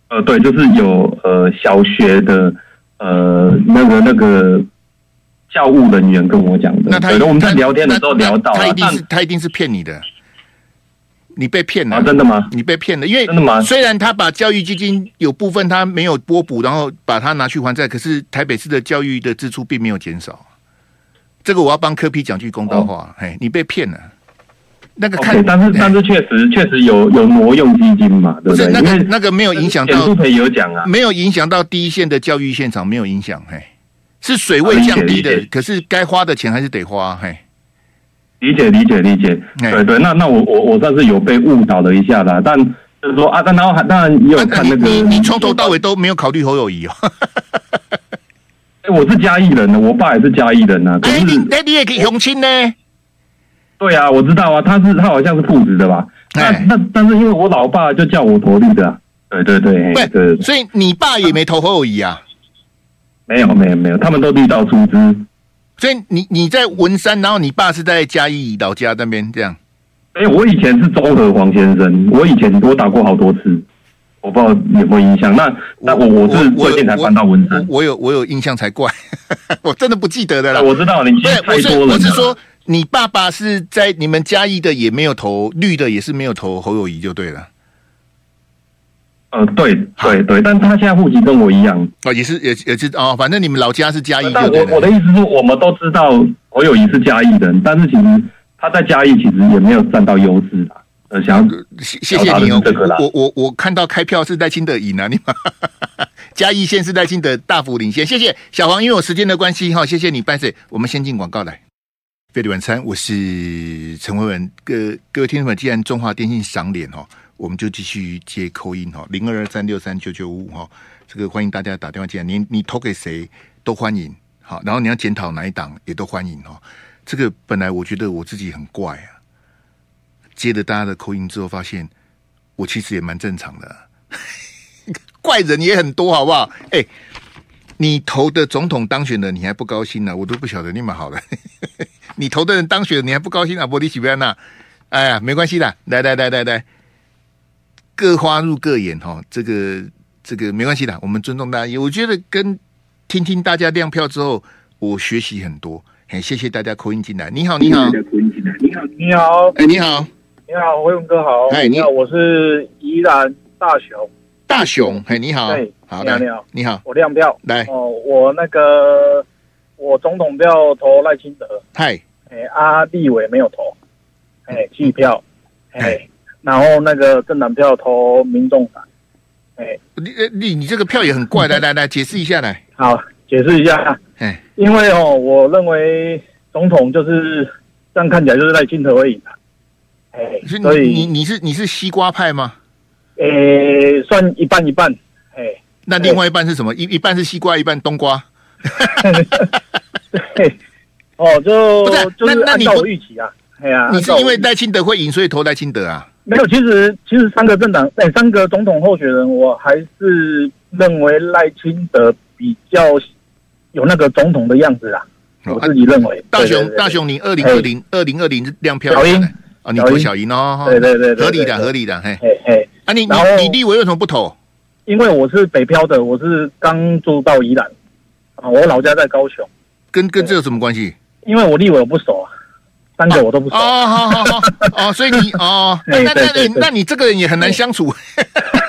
呃，对，就是有呃小学的呃那个那个教务人员跟我讲的。
那他
对我们在
他
聊天的时候
那
聊到
他
啊
一，定是他一定是骗你的，你被骗
但
了、
啊，真的吗？
你被骗了，因为
真的吗
虽然他把教育基金有部分他没有拨补，然后把它拿去还债，可是台北市的教育的支出并没有减少。这个我要帮柯批讲句公道
哦
话，嘿，你被骗了。那个看
OK，，但是但是确实确实有有挪用基金嘛，对
不
对？
是那
因
个
为
那个没有影响
简
到
书培有讲啊，
没有影响到第一线的教育现场，没有影响，嘿，是水位降低
啊理解
的
理解，
可是该花的钱还是得花，嘿，
理解理解理解，
哎
对对，那那我我我算是有被误导了一下啦，但就是说啊，但然后还当然也有
啊
看
你
那个，
你你从头到尾都没有考虑侯友谊哦。 [laughs]
哎，我是嘉义人的，我爸也是嘉义人呐、可
哎，
是哦
你哎，你也可以雄亲呢？
对啊，我知道啊，他是他好像是铺子的吧？那
哎
那但是因为我老爸就叫我投绿的啊、对对对，嘿对对对
所以你爸也没投侯友谊啊？
没有没有没有，他们都绿到出资。
所以你你在文山，然后你爸是在嘉义老家那边这样。
哎、我以前是中和黄先生，我以前我打过好多次，我不知道有没有印象。那那我我是最近才搬到文山，
我我有我有印象才怪， [laughs] 我真的不记得的啦。
我知道你
不是
太
我是
多了
我是
啦
说，你爸爸是在你们嘉义的也没有投绿的，也是没有投侯友谊就对了。
呃，对对对，但他现在户籍跟我一样，
哦，也是也也是哦，反正你们老家是嘉义
但
就对
我
了。
我的意思是我们都知道侯友谊是嘉义人，但是其实他在嘉义其实也没有占到优势啦。呃，想要
谢谢谢
表达的
你
是
哦
这个啦，
我我我看到开票是赖清德赢啊，你们 [laughs] 嘉义县是赖清德大幅领先，谢谢小黄，因为我时间的关系哈，谢谢你，拜谢，我们先进广告来。飞利晚餐，我是陈慧文。各各位听众们，既然中华电信赏脸哦，我们就继续接扣音哈，零二二三六三九九五五哈，这个欢迎大家打电话进来，你你投给谁都欢迎，好，然后你要检讨哪一档也都欢迎哦。这个本来我觉得我自己很怪啊，接了大家的口音之后，发现我其实也蛮正常的啊、 [laughs] 怪人也很多，好不好？哎、你投的总统当选的，你还不高兴啊呢、我都不晓得你们好了。 [laughs] 你投的人当选，你还不高兴啊？伯利喜不要那？哎呀，没关系的，来来来来来，各花入各眼哈、这个这个没关系的，我们尊重大家。我觉得跟听听大家亮票之后，我学习很多。很谢谢大家扣音进来，你好，你好，
你好，你好，
哎，你好，
你好，辉文哥好，
哎你
你好，我是宜兰大雄，
大雄，嘿，你好
对，
好，
你好哎
来
你好
你好，
我亮票，
来
哦，我那个我总统票投赖清德，
嗨，
哎，阿立伟没有投，哎，弃票，
嗯
哎，然后那个政党票投民众党，哎，
你呃你你这个票也很
嗯
怪，来来来，解释一下来，
好，解释一下，
哎，
因为哦，我认为总统就是这样看起来就是赖清德而已嘛，哎，
是
所
你你
以
你是你是西瓜派吗？
哎，算一半一半，哎。
那另外一半是什么？一一半是西瓜，一半冬
[laughs]
瓜。
哦，就
不是
就
那
是
那
按
你
照
不
我预期啊，哎呀、
你是
按照我
因为赖清德会赢，所以投赖清德啊？
没有？其实其实三个政党，哎，三个总统候选人，我还是认为赖清德比较有那个总统的样子啊，我自己认为。
哦啊大
对
雄，大，雄，你二零二零二零二零亮票
小英
下来啊，你
小
投
英
小英哦，
对对对对对
合理的，
对
合理的，嘿，
对对对哎哎，
啊，你你
然后
你立委为什么不投？
因为我是北漂的，我是刚住到宜兰啊，我老家在高雄，
跟跟这有什么关系？
因为我立委我不熟啊，三个我都不熟。
哦，好好好，哦，所以你哦，那
哎
那
[laughs] 对
那
对
你
对
那你这个人也很难相处，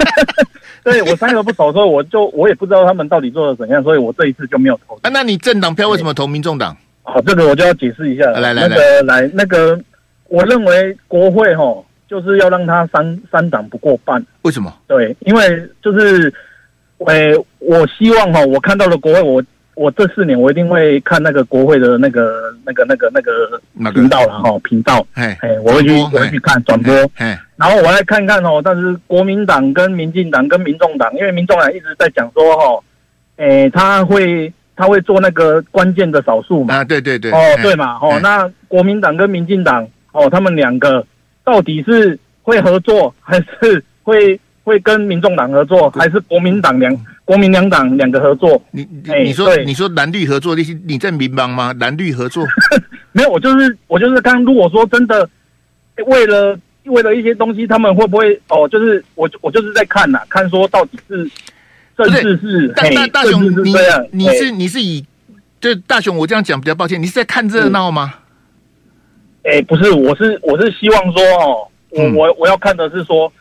[laughs] 对我三个都不熟，所以我就我也不知道他们到底做的怎样，所以我这一次就没有投。
啊，那你政党票为什么投民众党？
好，这个我就要解释一下了。
来来
那个来那个，我认为国会吼就是要让它三三党不过半，
为什么？
对，因为就是，诶、我希望哈，我看到了国会，我我这四年我一定会看那个国会的那个那个那个那个
那个
频道了哈，频道，
哎
哎，我会去我会去看转播，
哎，
然后我来看看哦，但是国民党跟民进党跟民众党，因为民众党一直在讲说哦，诶、他会他会做那个关键的少数嘛，
啊，对对对，
哦，
哎
对嘛，哦
哎，
那国民党跟民进党，哦，他们两个到底是会合作，还是会会跟民众党合作，还是国民党两国民两党两个合作？
你你
哎
你说
对
你说蓝绿合作，你是你在民帮吗？蓝绿合作，
没有，我就是我就是刚，如果说真的诶为了为了一些东西，他们会不会哦？就是我我就是在看呐、看说到底是政治 [laughs] 是
大大
嘿
大
政
雄，
治是
你
这样，
你
嘿
是你是以对大雄，我这样讲比较抱歉，你是在看热闹吗？
哎、不是，我是我是希望说哦，我、
嗯
我我要看的是说，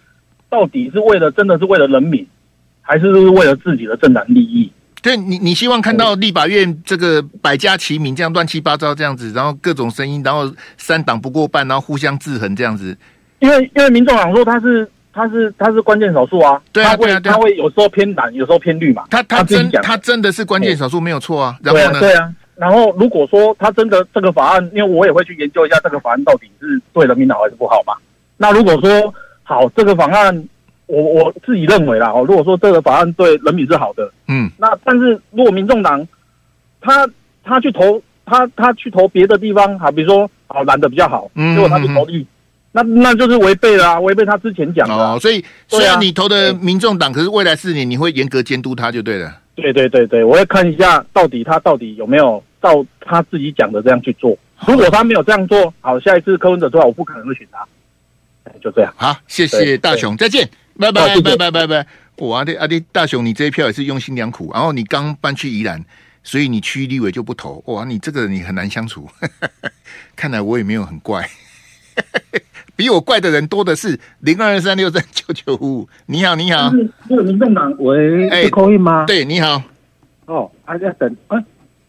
到底是为了真的是为了人民，还是是为了自己的政党利益？
对你，你希望看到立法院这个百家齐鸣，这样乱七八糟这样子，然后各种声音，然后三党不过半，然后互相制衡这样子。
因为因为民众党说他是他是他是关键少数啊，
对啊
他会
对啊对啊
他会有时候偏蓝，有时候偏绿嘛，
他他
自己
真
讲
他真的是关键少数没有错啊。然
对
后
啊
呢？
对啊。然后如果说他真的这个法案，因为我也会去研究一下这个法案到底是对人民好还是不好嘛。那如果说好这个法案，我我自己认为啦哦，如果说这个法案对人民是好的，
嗯，
那但是如果民众党他他去投他他去投别的地方啊，比如说好蓝的比较好，
嗯
结果他就投绿，那那就是违背了啊，违背他之前讲的啊、
哦，所以虽
对啊
然你投的民众党，可是未来四年你会严格监督他就对了。
对对对对，我要看一下到底他到底有没有照他自己讲的这样去做。如果他没有这样做，好，下一次柯文哲出来，我不可能会选他。哎就这样。
好，谢谢
对
大雄，再见，拜
好
拜，
谢谢
拜拜，拜拜。我阿弟阿弟大雄，你这一票也是用心良苦，然后你刚搬去宜兰，所以你区立委就不投，哇，你这个你很难相处。 [laughs] 看来我也没有很怪， [laughs] 比我怪的人多的是。零二三六三九九五五，你好，你好，
这个民众党喂，
哎
是扣印吗？
对，你好，
哦，啊，要等，哎，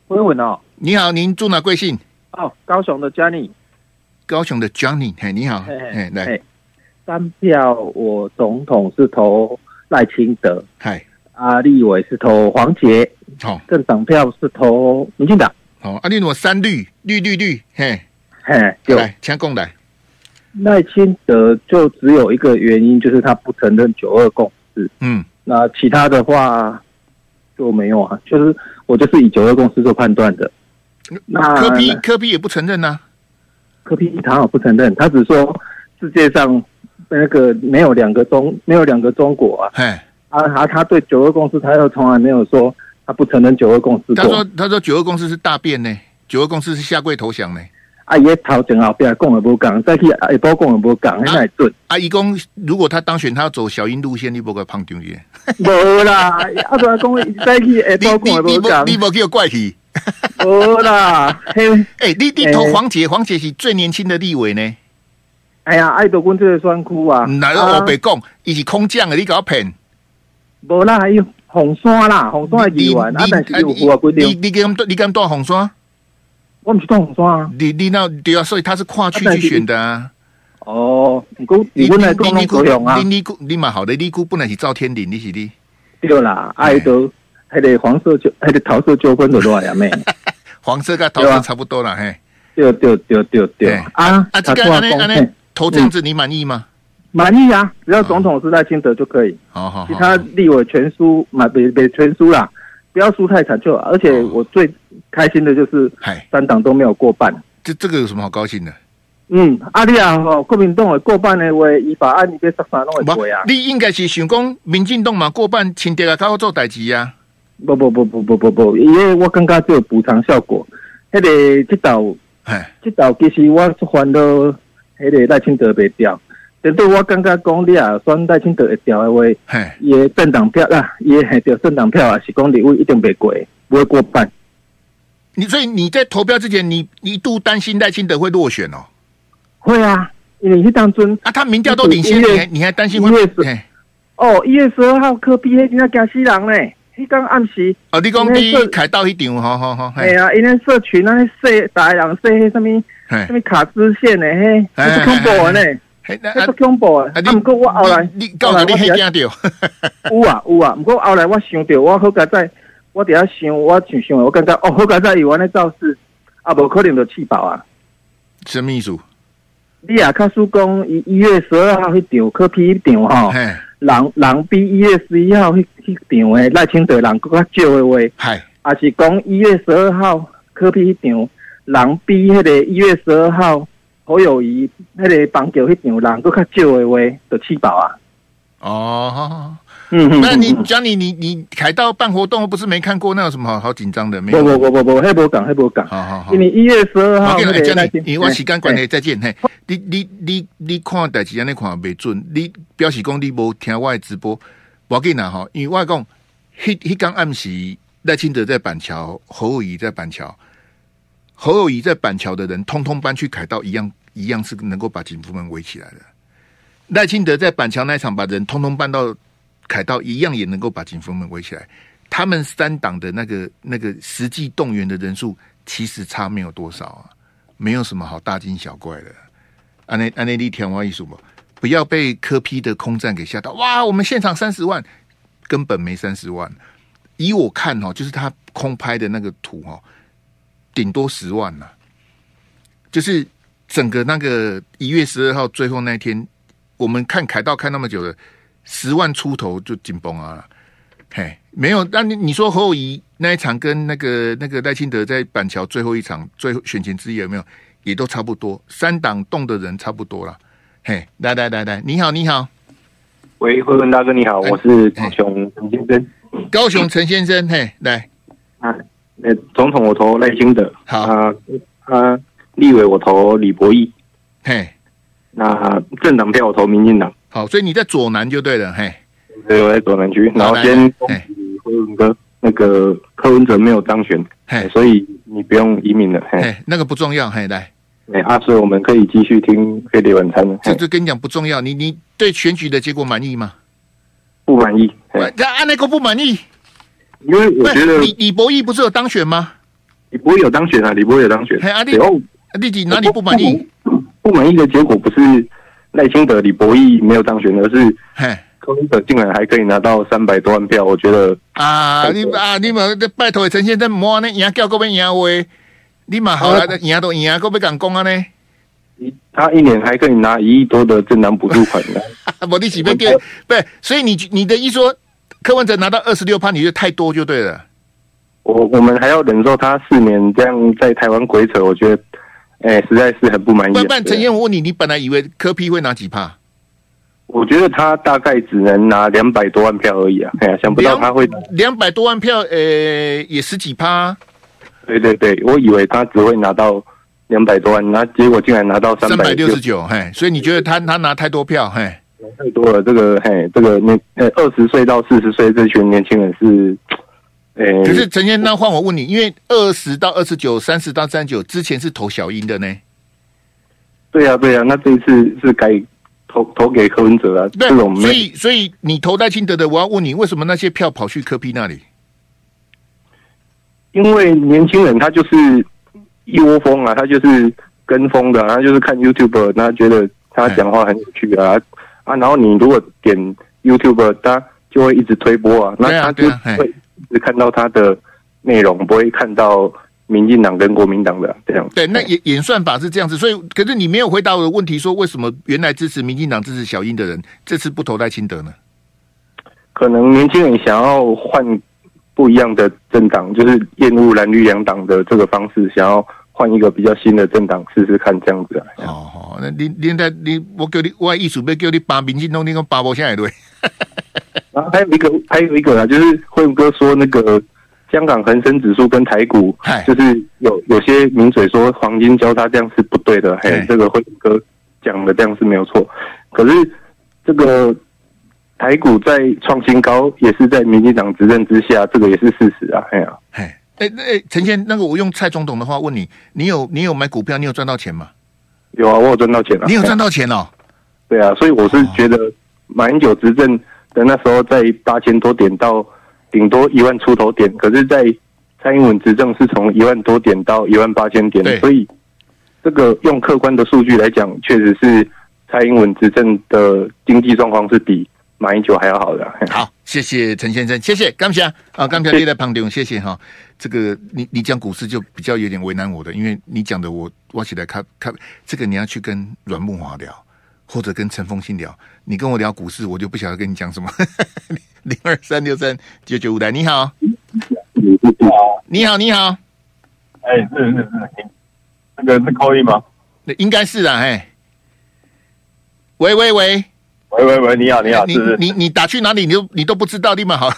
微稳哦，
你好，您住哪贵姓？
哦，高雄的 Johnny，
高雄的 Johnny，嘿，你好，
嘿嘿
嘿，来
嘿，三票我总统是投赖清德，
嗨，
啊，立委是投黄杰，
好，
政党票是投民进党，
好，啊，你怎么三绿绿绿绿，嘿，
嘿，有
来，请共来，
赖清德就只有一个原因，就是他不承认九二共识，
嗯，
那其他的话就没有啊，就是我就是以九二共识做判断的，那
科批科批也不承认啊呐、
柯 P 他好不承认，他只说世界上那个没有两个中没有两个中国啊，
嘿，
啊他他对九二共识他又从来没有说他不承认九二共识
他说
过，
他说九二公司是大便呢，九二公司是下跪投降呢。
啊也头前后壁讲也无讲，再去也包讲也无讲，那会准，
啊，一公如果他当选，他要走小英路线，你不个胖丢耶？
无啦，啊不然讲再去也
你
包讲
你
也
你
无讲
不，你不给我怪起？
[laughs] 无啦，嘿。
哎、你你投
哎
黄杰，黄杰是最年轻的立委呢。
哎呀，爱到阮这个选区啊，
哪个
啊
我白讲，伊是空降的，你搞骗？
无啦，伊红山啦，红山的
你
议员啊，但是有符合规
你
定，
你给他们你给他们多少红刷？
我毋是当红山啊。
你你那对啊，所以他是跨区
啊但
去
是
选的啊。
哦，毋过
你你
以阮来讲，拢高雄啊
你，你姑你蛮好的，你姑本来是赵天林，你是你。
对啦，爱到迄个黄色纠，迄个桃色纠纷就落来啊妹，
黄色跟桃
对
色
啊
差不多了，嘿。
对对对对对
嘿
啊
啊，这个
他跟我
安尼
讲
安
嘿
尼投这样子，你满意吗？
满意啊，只要总统是赖清德就可以，
好好
其
好。
他立委全输，嘛别别全输啦，不要输太惨就好。而且我最开心的就是
哦嗨，
三党都没有过半。
这这个有什么好高兴的？
嗯，啊，你啊，吼，国民党诶过半诶话，伊法案伊要十三拢会过啊。
你应该是想讲，民进党嘛过半，清德啊，较好做代志啊。
不不不不不不不，因为我感觉只有补偿效果。迄、个即道
哎，
即道其实我出烦恼，迄个赖清德袂掉。但对我感觉讲，你啊选赖清德会掉诶话，
哎，
伊诶政党票啊，伊诶着政党票啊，是讲立委一定袂过，不会过半。
你所以你在投票之前，你你一度担心赖清德会落选哦。
会啊，因为迄当阵
啊，他民调都领先，
一月
你还你还担心会
一月？十
哎，
哦，一月十二号科比迄真正惊死人咧，迄天暗时。
哦，你讲
因为
你
这
凯到一场，好好好，
哎
嘿
呀，因为社群那些说大家人说迄什么
嘿
什么卡支线的嘿，
哎
那是恐怖的呢，
嘿，那
那
啊
是恐怖的。
啊
啊，不过我后来，
你你告诉你
后
黑
来我
惊掉，
[laughs] 有啊有啊，不过后来我想到，我好加在，我伫遐想，我想想，我感觉哦，好加在有安尼造势，啊，无可能就气爆啊。
什么意思？
你也较输讲，一一月十二号迄场啊科批迄场吼，
嘿，
人人比一月十一号迄迄场诶赖清德人搁较少诶话。
嗨，
啊是讲一月十二号科比迄场，人比迄个一月十二号侯友谊迄个棒球迄场人佫较少的话，就气爆啊！
哦，好好好
嗯嗯
那你
嗯
讲你你你凯到办活动，不是没看过，那有什么好好紧张的？没有，
不不不不不，迄无讲迄无讲，
好好好
因。为一月十二号
我跟你
迄个
讲，
赖
你
清
因为我时间关系，再见嘿。你你你你看代志安尼看袂准，你表示讲你无听我的直播，无要紧啦吼。因为我讲，迄迄天暗时赖清德在板桥，侯友谊在板桥，侯友谊在板桥的人，通通搬去凯道，一样一样是能够把警服们围起来的。赖清德在板桥那一场把人通通搬到凯道，一样也能够把警服们围起来。他们三党的那个那个实际动员的人数，其实差没有多少啊，没有什么好大惊小怪的。啊安内安内利天花艺术不？不要被科批的空战给吓到。哇，我们现场三十万，根本没三十万。以我看哦，就是他空拍的那个图哦，顶多十万呐、就是整个那个一月十二号最后那一天，我们看凯道看那么久了，十万出头就紧绷啊了。嘿，没有，那你你说侯友谊那一场跟那个那个赖清德在板桥最后一场最后选前之夜有没有也都差不多，三党动的人差不多了。嘿，来来来来，你好，你好，哎
喂，慧文大哥你好，我是高雄陈先生。
高雄陈先生，嘿，来，
啊，呃，总统我投赖清德，好啊啊，立委我投李博义，
嘿，
那政党票我投民进党，
好，所以你在左南就对了，嘿，
所以我在左南区，然后
来
先
来哎
恭喜慧文哥，那个柯文哲没有当选，哎所以你不用移民了，嘿，
那个不重要，嘿，来，
哎啊，所以我们可以继续听飞碟晚餐了，
这
嘿，
这跟你讲不重要，你你对选举的结果满意吗？
不满意，嘿
这安内个不满意，
因为我觉得
不是李李博义不是有当选吗？
李博有当选啊，李博有当选，
嘿，阿弟
对哦，
弟弟哪里不满意？
不满意的结果不是赖清德、李博义没有当选，而是柯文哲竟然还可以拿到三百多万票，我觉得
啊，你啊，你们拜托陈先生，莫那赢叫各位赢话，你嘛好来的赢都赢，各位敢讲啊 [laughs] 呢？
他一年还可以拿一亿多的政党补助款
[laughs]
呢。
啊，我你几边给不是？所以你你的意思说，柯文哲拿到二十六趴，你就太多就对了。
我我们还要忍受他四年这样在台湾鬼扯，我觉得，哎、实在是很不满意、啊
不然不。然，
对
陈彦，我问你，你本来以为柯 P 会拿几趴？
我觉得他大概只能拿两百多万票而已啊，哎呀、想不到他会，
两百多万票，呃，也十几趴啊，
对对对，我以为他只会拿到两百多万，那结果竟然拿到
三
三
百
百
六十九，嘿，所以你觉得他他拿太多票，嘿，
太多了，这个嘿，这个年呃二十岁到四十岁这群年轻人是，呃，
可是陈先生，那换我问你，因为二十到二十九、三十到三十九之前是投小英的呢，
对呀、对呀、啊那这一次是该投投给柯文哲啊，
对
这种，
所
没
以所以你投戴清德的，我要问你，为什么那些票跑去柯 P 那里？
因为年轻人他就是一窝蜂啊，他就是跟风的、啊，他就是看 YouTube，他觉得他讲话很有趣啊啊，然后你如果点 YouTube，他就会一直推播啊，那
对啊
他就
对啊嘿
会一直看到他的内容，不会看到民进党跟国民党的啊这样。
对，那演演算法是这样子，所以可是你没有回答我的问题，说为什么原来支持民进党、支持小英的人，这次不投戴清德呢？
可能年轻人想要换不一样的政党，就是厌恶蓝绿两党的这个方式，想要换一个比较新的政党试试看，这样子啊。
哦，那你你在你我叫你我艺术要叫你把民进党那个把我现在对，
然后还有一个，还有一个啊，就是慧文哥说那个香港恒生指数跟台股，
哎
就是有有些名嘴说黄金交叉这样是不对的，嘿，这个慧文哥讲的这样是没有错。可是这个台股在创新高，也是在民进党执政之下，这个也是事实啊，嘿啊。
哎、那哎，陈、先，那个我用蔡总统的话问你，你有你有买股票，你有赚到钱吗？
有啊，我有赚到钱啊。
你有赚到钱哦？
对啊，所以我是觉得马英九执政的那时候在八千多点到顶多一万出头点，可是，在蔡英文执政是从一万多点到一万八千点，所以这个用客观的数据来讲，确实是蔡英文执政的经济状况是比马英九还要好的啊。
好，谢谢陈先生，谢谢感谢啊，感谢你在旁中，谢谢哈。这个你你讲股市就比较有点为难我的，因为你讲的我挖起来看看，这个你要去跟阮木华聊，或者跟陈凤信聊。你跟我聊股市，我就不晓得跟你讲什么。零二三六三九九五来，你好，你好，你好，
哎，是是是，那个是扣一吗？
那应该是啊，哎，喂喂喂
喂喂喂，你好，你好，
你
是是
你你打去哪里，你都你都不知道，立马好。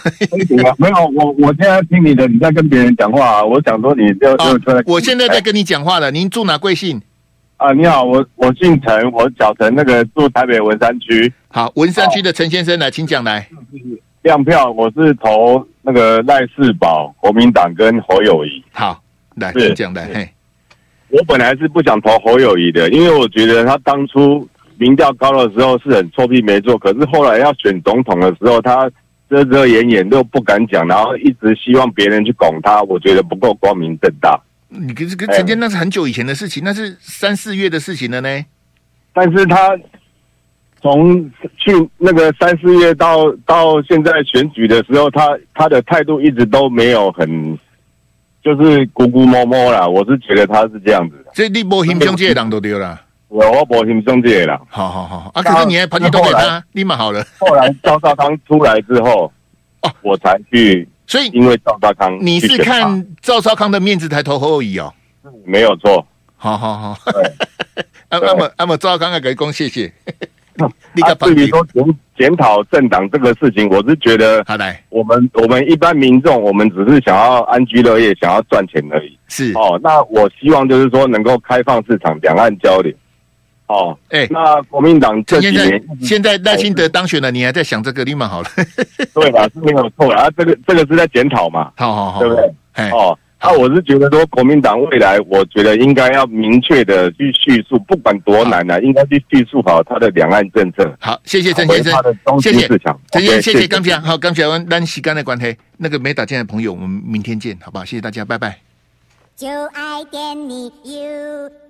没有，我我现在听你的，你在跟别人讲话、啊我想说你就就就
啊我现在在跟你讲话了，您住哪贵姓？
啊，你好，我我姓陈，我小陈，那个住台北文山区。
好，文山区的陈先生来，请讲来。
亮票，我是投那个赖世宝、国民党跟侯友谊。
好，来，
是
请讲来，嘿，
我本来是不想投侯友谊的，因为我觉得他当初民调高的时候是很臭屁没做，可是后来要选总统的时候，他遮遮掩掩都不敢讲，然后一直希望别人去拱他，我觉得不够光明正大。
你可是跟陈建那是很久以前的事情，那是三四月的事情了呢。
但是他从去那个三四月到到现在选举的时候，他他的态度一直都没有很，就是咕咕摸摸啦。我是觉得他是这样子的，
所以你无心中这个人都对了
我我不心中介啦。
好好好啊，可是你还跑去投给他，立马好了。
后来赵少康出来之后，我才去，
所以
因为赵少康
你
去
是
选他
看赵少康的面子才投侯友谊哦？
没有错。
好好好，阿阿么阿么，啊赵刚刚给讲谢谢，
你啊、至于说检检讨政党这个事情，我是觉得，
好来，
我们我们一般民众，我们只是想要安居乐业，想要赚钱而已。
是
哦，那我希望就是说能够开放市场，两岸交流。哦，
哎、
那国民党这几
现在
年哎
现在赖清德当选了，你还在想这个，立马好了，
对
[laughs]
啦，是没有错啦。啊，这个这个是在检讨嘛，
好好哎好，
对不对？哦，那我是觉得说，国民党未来，我觉得应该要明确的去叙述，不管多难啊，应该去叙述好他的两岸政策。
好，谢谢陈先
他的
生，
中
谢
心
谢
市场
陈先生，
OK，
谢
谢
谢
谢
刚才好，刚才湾咱时间的关系，那个没打进来的朋友，我们明天见，好不好？谢谢大家，拜拜。
就爱点你 UFO。